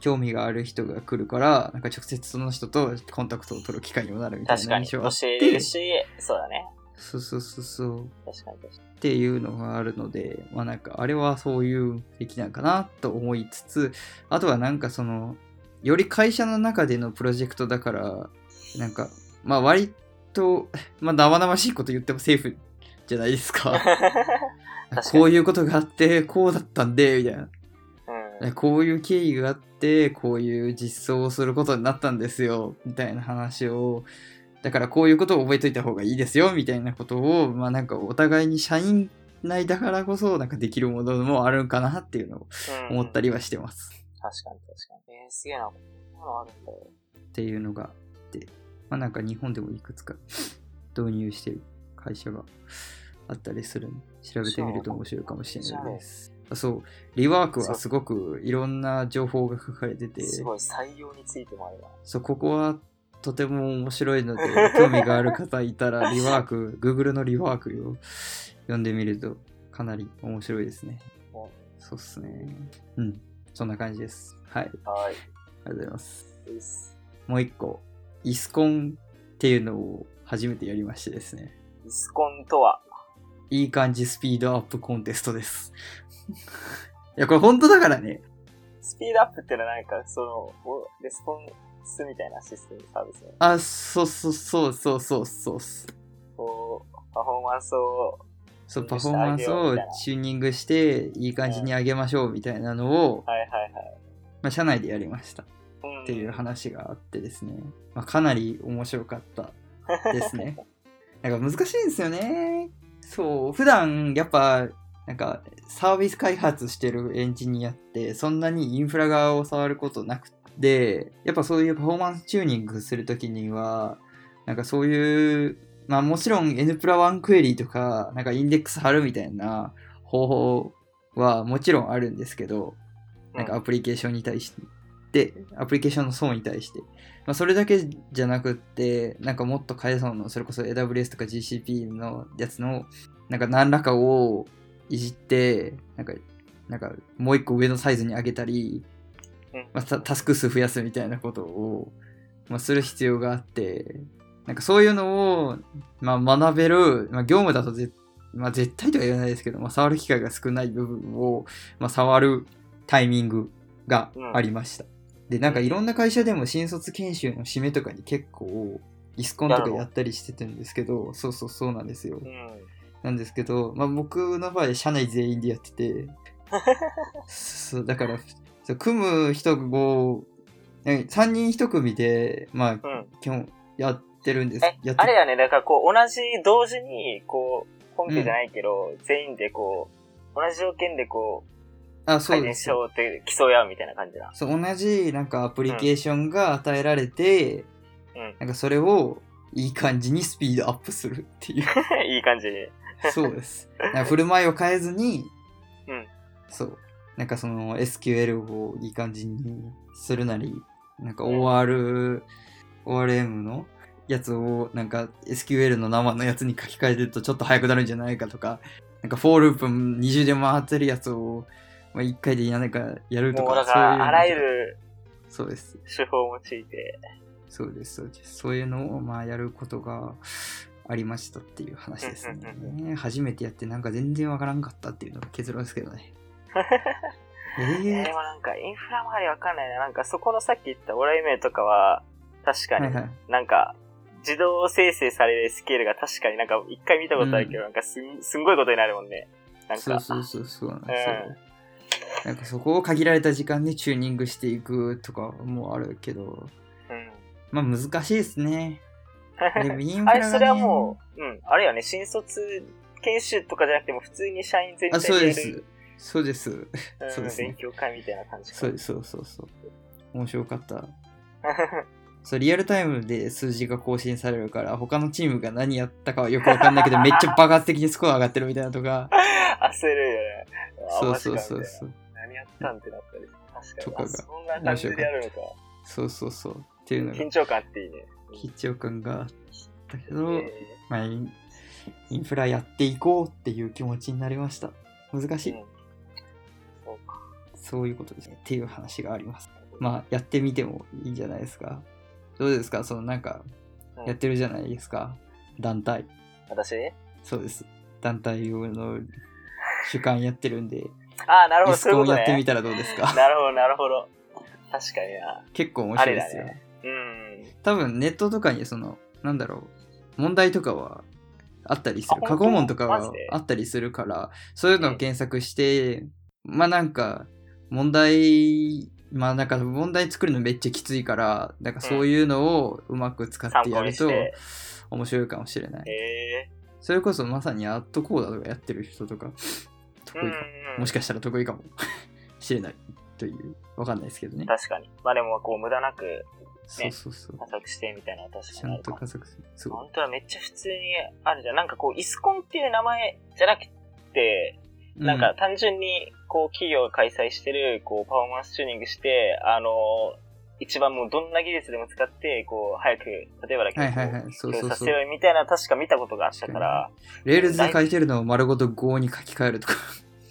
興味がある人が来るから、なんか直接その人とコンタクトを取る機会にもなるみたい確かなに、印象教があっえれてる、し、そうだね。そうそうそうそう。確かに、確かに。っていうのがあるので、まあなんかあれはそういうべきなんかなと思いつつ、あとはなんかその、より会社の中でのプロジェクトだから、なんか、まあ割と、まあ生々しいこと言ってもセーフじゃないです か。確かにこういうことがあって、こうだったんで、みたいな。 うん。こういう経緯があって、こういう実装をすることになったんですよ、みたいな話を、だからこういうことを覚えといた方がいいですよ、みたいなことを、まあなんかお互いに社員内だからこそ、なんかできるものもあるんかなっていうのをうん思ったりはしてます。確かに、確かに。えー、すげえな、こんなのあるんだよ。っていうのがあって、まあなんか日本でもいくつか 導入してる会社があったりするんで、調べてみると面白いかもしれないです。あそう、リワークはすごくいろんな情報が書かれてて、すごい、採用についてもあるな。そうここはとても面白いので興味がある方いたらリワーク Google のリワークを読んでみるとかなり面白いですねおそうっすねうんそんな感じですはいありはい。がとうございますうっすもう一個イスコンっていうのを初めてやりましてですねイスコンとは。いい感じスピードアップコンテストですいやこれ本当だからねスピードアップってのはなんか、その、おレスポンスみたいなシステムサービスね。あそうそうそうそうそうそうっすこう、パフォーマンスを、そうチューパニングフォーマンスをチューニングしていい感じに上げましょうみたいなのを、はいはいはい。まあ、社内でやりましたっうんていう話があってですね、まあ、かなり面白かったです ねなんか難しいんですよねそう普段やっぱなんかサービス開発してるエンジニアってそんなにインフラ側を触ることなくてやっぱそういうパフォーマンスチューニングするときにはなんかそういうまあもちろん N プラ1クエリとかなんかインデックス貼るみたいな方法はもちろんあるんですけどなんかアプリケーションに対して、で、アプリケーションの層に対して、まあ、それだけじゃなくって、なんかもっと返そうの、それこそ AWS とか GCP のやつの、なんか何らかをいじって、なんか、なんかもう一個上のサイズに上げたり、うんまあ、タタスク数増やすみたいなことを、まあ、する必要があって、なんかそういうのを、まあ、学べる、まあ、業務だとぜ、まあ、絶対とは言わないですけど、まあ、触る機会が少ない部分を、まあ、触るタイミングがありました。で、なんかいろんな会社でも新卒研修の締めとかに結構、イスコンとかやったりしててんですけど、そうそうそうなんですよう。ん。なんですけど、まあ僕の場合、社内全員でやって て、そうだから、そう組む人がこう、3人1組で、まあうん。基本やってるんです。えやっ、てあれやね、だからこう、同じ、同時に、こう、本家じゃないけど、全員でこう、同じ条件でこう、あ、そ改うで善すし。ようって競い合うみたいな 感じだ。そう同じなんかアプリケーションが与えられて、うんなんかそれをいい感じにスピードアップするっていういい感じに。 そうですなんか振る舞いを変えずに、うんそうなんかその SQL をいい感じにするなりなんかうん OR、ORM のやつをなんか SQL の生のやつに書き換えてるとちょっと速くなるんじゃないかとかなんかフォーループ20で回ってるやつを、まあ、1回でやらないかやるともかうだかそういうのとら、かあらゆるそうです手法を用いて。そうです、そうです。そういうのをまあやることがありましたっていう話ですうんね。初めてやってなんか全然わからんかったっていうのが結論ですけど ね。えでもえなんか、インフラ周りわかんないな。なんか、そこのさっき言ったオライメとかは、確かはいには、い。なんか、自動生成されるスケールが確かになんか、一回見たことあるけど、なんかすん、すんごいことになるもんね。なんそうか、そうそうそうなんですよ。なんかそこを限られた時間でチューニングしていくとかもあるけど、うん。まあ難しいです ね。でもインフラあれ、が、ね、それはもう、うん、あれよね、新卒研修とかじゃなくても、普通に社員全あ、体そうででやるす。そうです。うんそうですね勉強会みたいな感じか。そうです、そうそうそう。面白かった。そうリアルタイムで数字が更新されるから他のチームが何やったかはよくわかんないけど めっちゃ爆発的にスコア上がってるみたいなとか 焦るよね。あそうそうそうマジかみたいそうな何やったんってなったり。確とかかがに。あそんな感じでやるのか。そうそうそうっていうのが緊張感あっていいね。緊張感があったけうど、んまあ、インインフラやっていこうっていう気持ちになりました難しい、うんそうかそういうことですねっていう話がありますまあやってみてもいいんじゃないですかどうですかそのなんかうんやってるじゃないですか団体私そうです団体用の主観やってるんでああ、なるほイど、スそういうコこンとやってみね。たらどうです かなるほど、なるほど。確かにな。結構面白いですあよ、れだうん。多分ネットとかにそのなんだろう問題とかはあったりするあ過去問とかマジはであったりするからそういうのを検索して、まあなんか問題まあなんか問題作るのめっちゃきついからなんかそういうのをうまく使ってやると参考にして面白いかもしれないへえ。それこそまさにアットコーダとかやってる人とか得意かももしかかしたら得意かも しれないというわかんないですけどね確かに。まあでも、こう、無駄なくそうそうそう加速してみたいなのは確ちかゃにあんるとかも加速する。すごい。本当はめっちゃ普通にあるじゃん。なんかこう、イスコンっていう名前じゃなくて、なんか単純に、こう、企業が開催してる、こう、パフォーマンスチューニングして、あの一番もうどんな技術でも使って、こう、早く、例えばだけうん、はいはいど、はい。そうそうさそせう。ようみたいな、確か見たことがあったから、レールズで書いてるのを丸ごと Go に書き換える とか。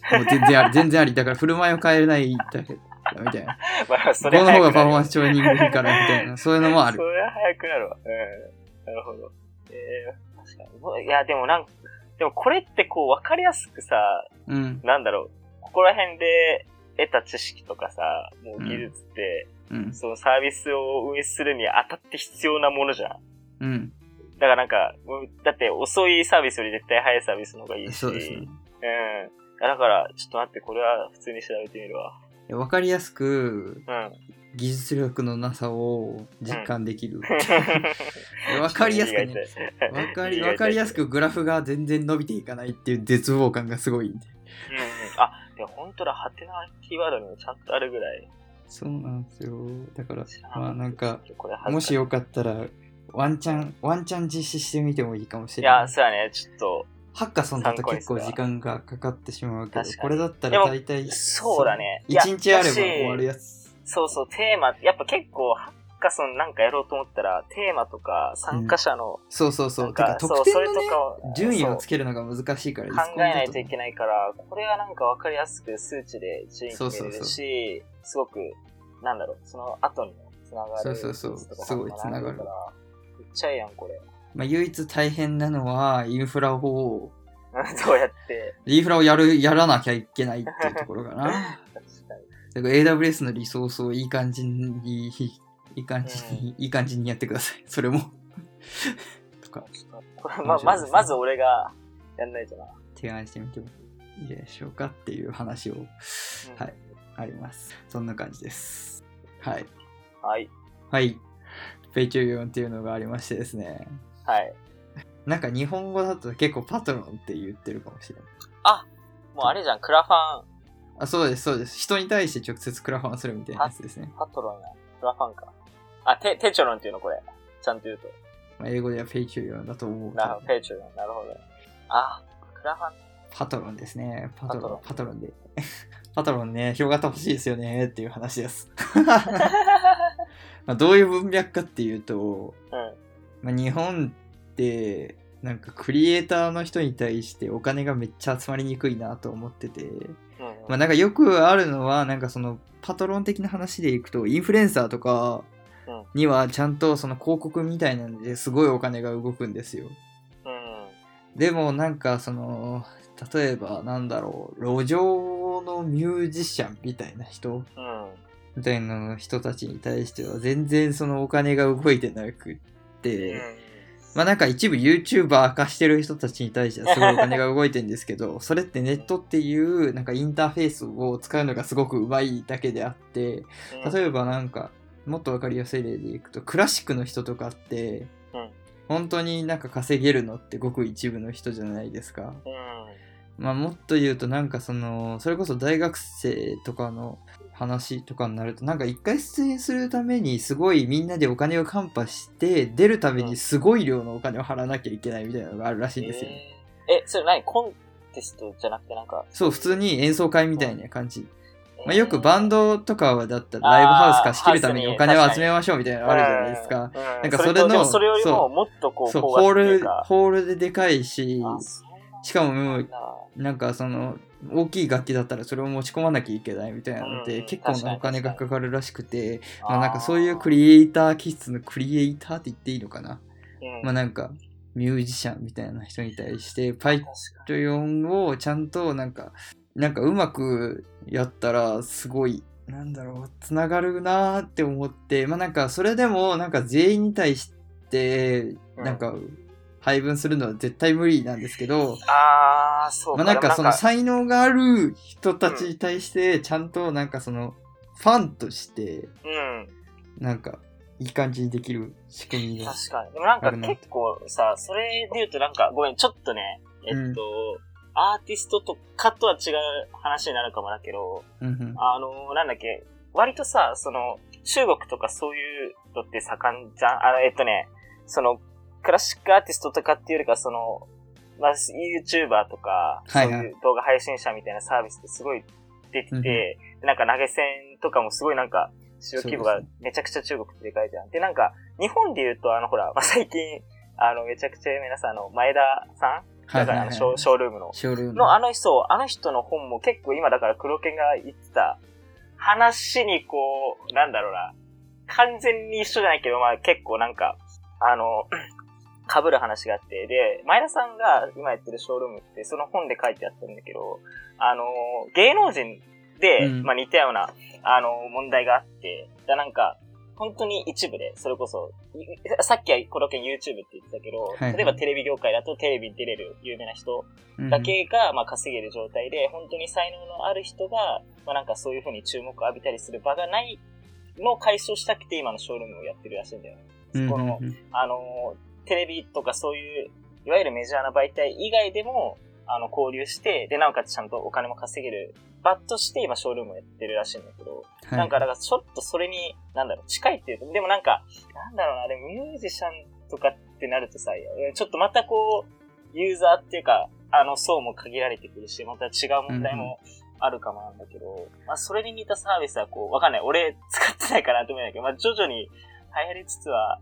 もう全然あり、全然あり。だから振る舞いを変えれないだけだみたいな。まあ、 Go それの早方くながるパフォーマンスチョーニングいいからみた いな。そういうのもあそる。れは早くなるわ。うん。なるほど。えー、確かにもう。いや、でもなんか、でもこれってこう、わかりやすくさ、うん。なんだろう、ここら辺で得た知識とかさ、もう技術って、うん。そのサービスを運営するにあたって必要なものじゃん。うん。だからなんか、もうだって遅いサービスより絶対早いサービスの方がいいし。そうですね。うん。だから、ちょっと待って、これは普通に調べてみるわ。わかりやすくうん。技術力のなさを実感できる。 わわかりやすくね。 ねわかりわかりやすくグラフが全然伸びていかないっていう絶望感がすごいんで。うんうん。あ、でも本当だ、ハテナキーワードにもちゃんとあるぐらい。そうなんですよ。だから知ら、まあなんか、、これ恥ずかしいもしよかったら、ワンチャン、ワンチャン実施してみてもいいかもしいれない。や、そうやね、ちょっと、ハッカソンだと参考に結する構わ時間がかかってしまうけど確か、にこれだったでらも大体、そうだね。いや1日あればだし終わるやつ。そうそう、テーマ、やっぱ結構、ハッカソンなんかやろうと思ったら、テーマとか参加者の、そうそうなそんう。てかか、得点のね、を順位をつそうけるのが難しいから、考えないといない。けないから、これはなんかわかりやすく数値で順位そう決そめうれそうるし、すごく、なんだろう、その後にもつながるそうそうそうやつとかすごい繋がるからめっちゃええやん、これ。 まあ、唯一大変なのは、インフラを、どうやって。 インフラをやる、やらなきゃいけないっていうところかな。確かにだから AWS のリソースをいい感じに、いい感じに、いい感じにやってください。それも。とか、これ、ま、まず、まず俺がやんないとな。提案してみてもいいでしょうかっていう話を、うんはい。あります。そんな感じです。はい。はい。はい。ペイチュリオンっていうのがありましてですね。はい。なんか日本語だと結構パトロンって言ってるかもしれない。もうあれじゃん、クラファン、あ、そうです、そうです。人に対して直接クラファンするみたいなやつですね。パトロンや。クラファンか。あ、テ、テチョロンっていうのこれ。ちゃんと言うと。まあ、英語ではペイチュリオンだと思うけなるほどど、、ペチョロン。なるほど。あ、クラファン。 パトロンですね。パトロン、パパトロンで。 パトロンね、広がってほしいですよねっていう話です。まあどういう文脈かっていうと、うん。まあ、日本ってなんかクリエイターの人に対してお金がめっちゃ集まりにくいなと思ってて、うんうん。まあ、なんかよくあるのはなんかそのパトロン的な話でいくとインフルエンサーとかうんにはちゃんとその広告みたいなのですごいお金が動くんですようん。でもなんかその例えばなんだろう路上のミュージシャンみたいな人うん。みたいな人たちに対しては全然そのお金が動いてなくって、まあなんか一部 YouTuber 化してる人たちに対してはすごいお金が動いてるんですけど、 それってネットっていうなんかインターフェースを使うのがすごくうまいだけであって、うん例えばなんかもっとわかりやすい例でいくと、クラシックの人とかってうん、本当になんか稼げるのってごく一部の人じゃないですか。うん。まあもっと言うとなんかその、それこそ大学生とかの話とかになると、なんか一回出演するためにすごいみんなでお金をカンパして、出るためにすごい量のお金を払わなきゃいけないみたいなのがあるらしいんですよ。えーえ、それ何コンテストじゃなくてなんか。そう、普通に演奏会みたいな感じ。えーまあよくバンドとかはだったらライブハウス貸し切るためにお金あーハウをス集にめましょうみたいなのあるじゃないですか。うん。うんなんかそれそれのとでもそれよりそもうもっとこう、そう、高ホー圧っていうル、か。ホールででかいし、あそうしかももうなんだなんかその大きい楽器だったらそれを持ち込まなきゃいけないみたいなので、うん結構確かなにお金がかかるらしくてあーまあなんかそういうクリエイター気質のクリエイターって言っていいのかな、うんまあなんかミュージシャンみたいな人に対してパイ確かトヨンをちゃんとなんかなんかうまくやったらすごいなんだろうつながるなーって思ってまあなんかそれでもなんか全員に対してうんなんか配分するのは絶対無理なんですけど、にああ、そうまか。あ、なんでもかその才能がある人たちに対してちゃんとなんかそのファンとしてうん。なんかいい感じにできる仕組みが確かに。でもなんかあるな結構さ、それで言うとなんか、ごめん、ちょっとね、えっと、アーティストとかとは違う話になるかもだけど、うんうんあのーなんだっけ、割とさ、その、中国とかそういうのって盛んじゃんあの、えっとね、その、クラシックアーティストとかっていうよりか、その、まあ、YouTuber とか、はいはいそういう動画配信者みたいなサービスってすごい出てて、うんうんでなんか投げ銭とかもすごいなんか、市場規模そうがでめちゃくちゃ中国ってでかいじゃん。で、なんか、日本で言うと、あの、ほら、まあ、最近、あの、めちゃくちゃ有名なさ、あの、前田さんはいだかはいら、はいあの、シショーショールームの。ョールームのあの人を、あの人の本も結構今だから黒犬が言ってた話にこう、なんだろうな、完全に一緒じゃないけど、まあ結構なんか、あの、 被る話があって、で、前田さんが今やってるショールームってその本で書いてあったんだけど、あの、芸能人で、うんまあ似たような、あの、問題があって、だなんか、本当に一部で、それこそ、いさっきは黒犬 YouTube って言ってたけど、はい例えばテレビ業界だとテレビに出れる有名な人うんだけが、まあ、稼げる状態で、本当に才能のある人が、まあ、なんかそういう風に注目を浴びたりする場がないのを解消したくて、今のショールームをやってるらしいんだよね。うんこうんのうんあのー、テレビとかそういう、いわゆるメジャーな媒体以外でも、あの、交流して、で、なおかつちゃんとお金も稼げる場として、今、ショールームをやってるらしいんだけど、はいなんか、だから、ちょっとそれに、なんだろう、近いっていうと、でもなんか、なんだろうな、でもミュージシャンとかってなるとさ、ちょっとまたこう、ユーザーっていうか、あの、層も限られてくるし、また違う問題もあるかもなんだけど、まあ、それに似たサービスはこう、わかんない。俺、使ってないかなと思うんだけど、まあ、徐々に流行りつつは、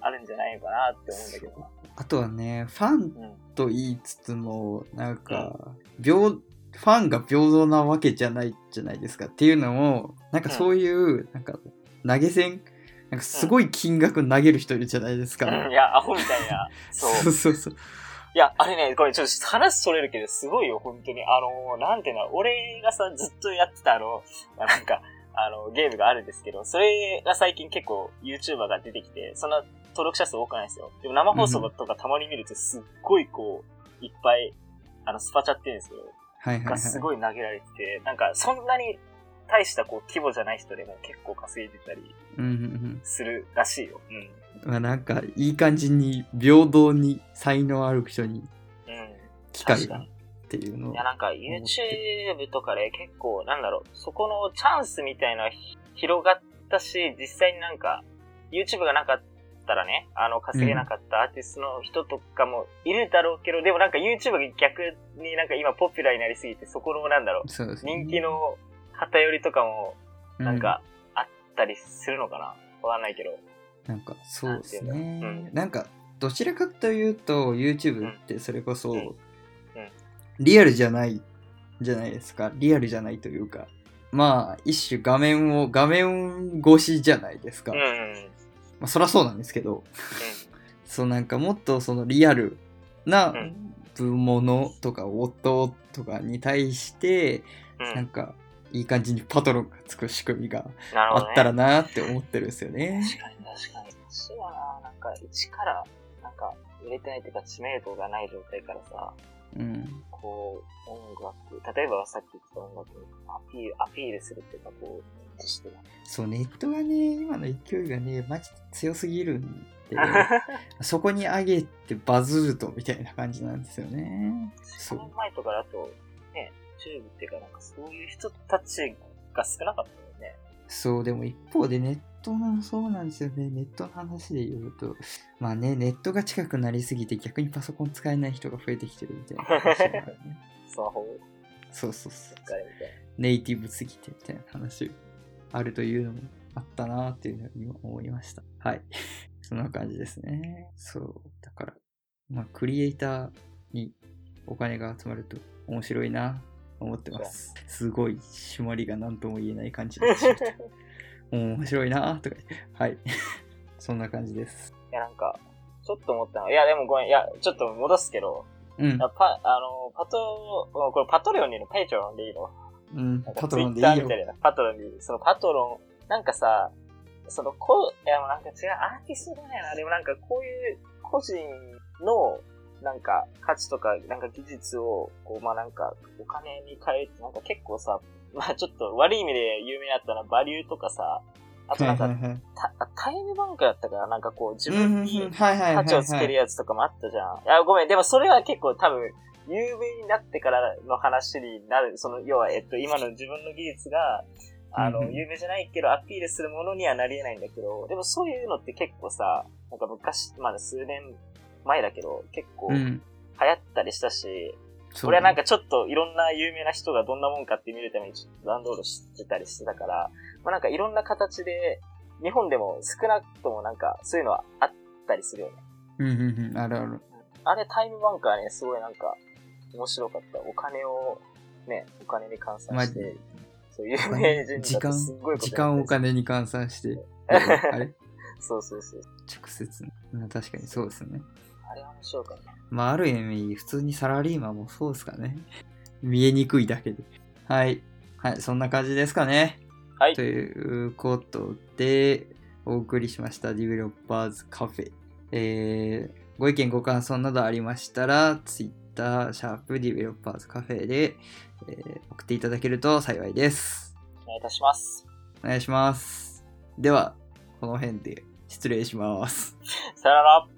あるんじゃないのかなって思うんだけどな。あとはねファンうん。と言いつつもなんか平ファンが平等なわけじゃないじゃないですかっていうのもなんかそういう、なんか投げ銭なんかすごい金額投げる人いるじゃないですか、いや、アホみたいな。 そう。そうそうそういや、あれね、これちょっと話それるけど、すごいよ、本当に。あのー、なんていうの、俺がさ、ずっとやってたあの、なんか、 あの、ゲームがあるんですけど、それが最近結構 YouTuber が出てきて、そんな登録者数多くないんですよ。でも生放送とかたまに見るとすっごいこう、いっぱい、あの、スパチャって言うんですけど、はいはいはがい。すごい投げられてて、 なんかそんなに大したこう規模じゃない人でも結構稼いでたりうんうんするらしいよ。うん。うん。まあなんか、いい感じに、平等に才能ある人にうん。機会がっていうのをいや、。なんか YouTube とかで結構、なんだろう、そこのチャンスみたいなひ広がったし、実際になんか、YouTube がなかったらね、あの、稼げなかったアーティストの人とかもいるだろうけど、でもなんか YouTube が逆になんか今ポピュラーになりすぎて、そこのなんだろう、そうですね人気の偏りとかも、なん、か、あったりするのかなわかんないけど。うんなんか、そうですね。なんていうのうんなんか、どちらかというと、YouTube ってそれこそ、うんうんリアルじゃないじゃないですか。リアルじゃないというか、まあ、一種画面を、画面越しじゃないですか。うんまうんうん。うん。あ、そりゃそうなんですけど、そうなんかもっとそのリアルなうんものとか音とかに対して、うんなんかいい感じにパトロンがつく仕組みがなるほあど、ね。ったらなって思ってるんですよね。確かに確かに。私はな、なんか、一から、なんか、売れてないというか、知名度がない状態からさ、うん。こう、音楽、例えばさっき言った音楽にアピール、アピールするっていうか、こう、知識が。そう、ネットがね、今の勢いがね、マジで強すぎるん で、そこに上げてバズるとみたいな感じなんですよね。そそうの。前とかだと、ね、チューブっていうか、なんかそういう人たちが少なかったよね。そう、でも一方でネットの、そうなんですよね。ネットの話で言うと、まあね、ネットが近くなりすぎて逆にパソコン使えない人が増えてきてるみたいな話だからね。スマホをそうそうそう。使えみたいネイティブすぎてみたいな話あるというのもあったなっていうのに思いました。はい。 そんな感じですね。そう。だから、まあ、クリエイターにお金が集まると面白いな、思ってます。すごい締まりが何とも言えない感じでした。 な。い面白いなとか言って。はい。 そんな感じです。や、なんか、ちょっと思ったの。いや、でもごめん。いや、ちょっと戻すけど、うん。あパ、あの、パト、これパトレオンでいいのペイチョンでいいのうん。パトロンでいツイッいターよみた。いな。パトロンでいい。そのパトロン、なんかさ、その、こう、いや、なんか違う、アーティストだよな。でもなんかこういう個人の、なんか価値とか、なんか技術を、こう、まあなんか、お金に変えるって、なんか結構さ、まあちょっと悪い意味で有名だったのはバリューとかさ、あとなんか、はいはいはいたタイムバンクだったから、なんかこう、自うんうんう分にんはいはいはいは価い値をつけるやつとかもあったじゃん。いや、ごめん。でもそれは結構多分、有名になってからの話になる。その、要は、えっと、今の自分の技術が、あの、うんうん有名じゃないけど、アピールするものにはなり得ないんだけど、でもそういうのって結構さ、なんか昔、まだ数年前だけど、結構う流行ん。ったりしたし、そう俺はなんかちょっといろんな有名な人がどんなもんかって見るためにちょっとダウンロードしてたりしてたから、まあなんかいろんな形で、日本でも少なくともなんかそういうのはあったりするよね。うんうんうん。あるある。あれタイムバンカーね、すごいなんか、面白かった。お金を、ね、お金に換算して、まあそう、有名人時だと間すっごい、こと時間をおやって金に換算 して、たりするあれそうそうそう。直接、うん確かにそうですね。あれは面白かった。まあ、ある意味、普通にサラリーマンもそうですかね。見えにくいだけで。はい。はい、そんな感じですかね。はいということで、お送りしました、ディベロッパーズカフェ。えーご意見、ご感想などありましたら、Twitter、シャープディベロッパーズカフェで、えー送っていただけると幸いです。お願いいたします。お願いします。では、この辺で失礼します。さよなら。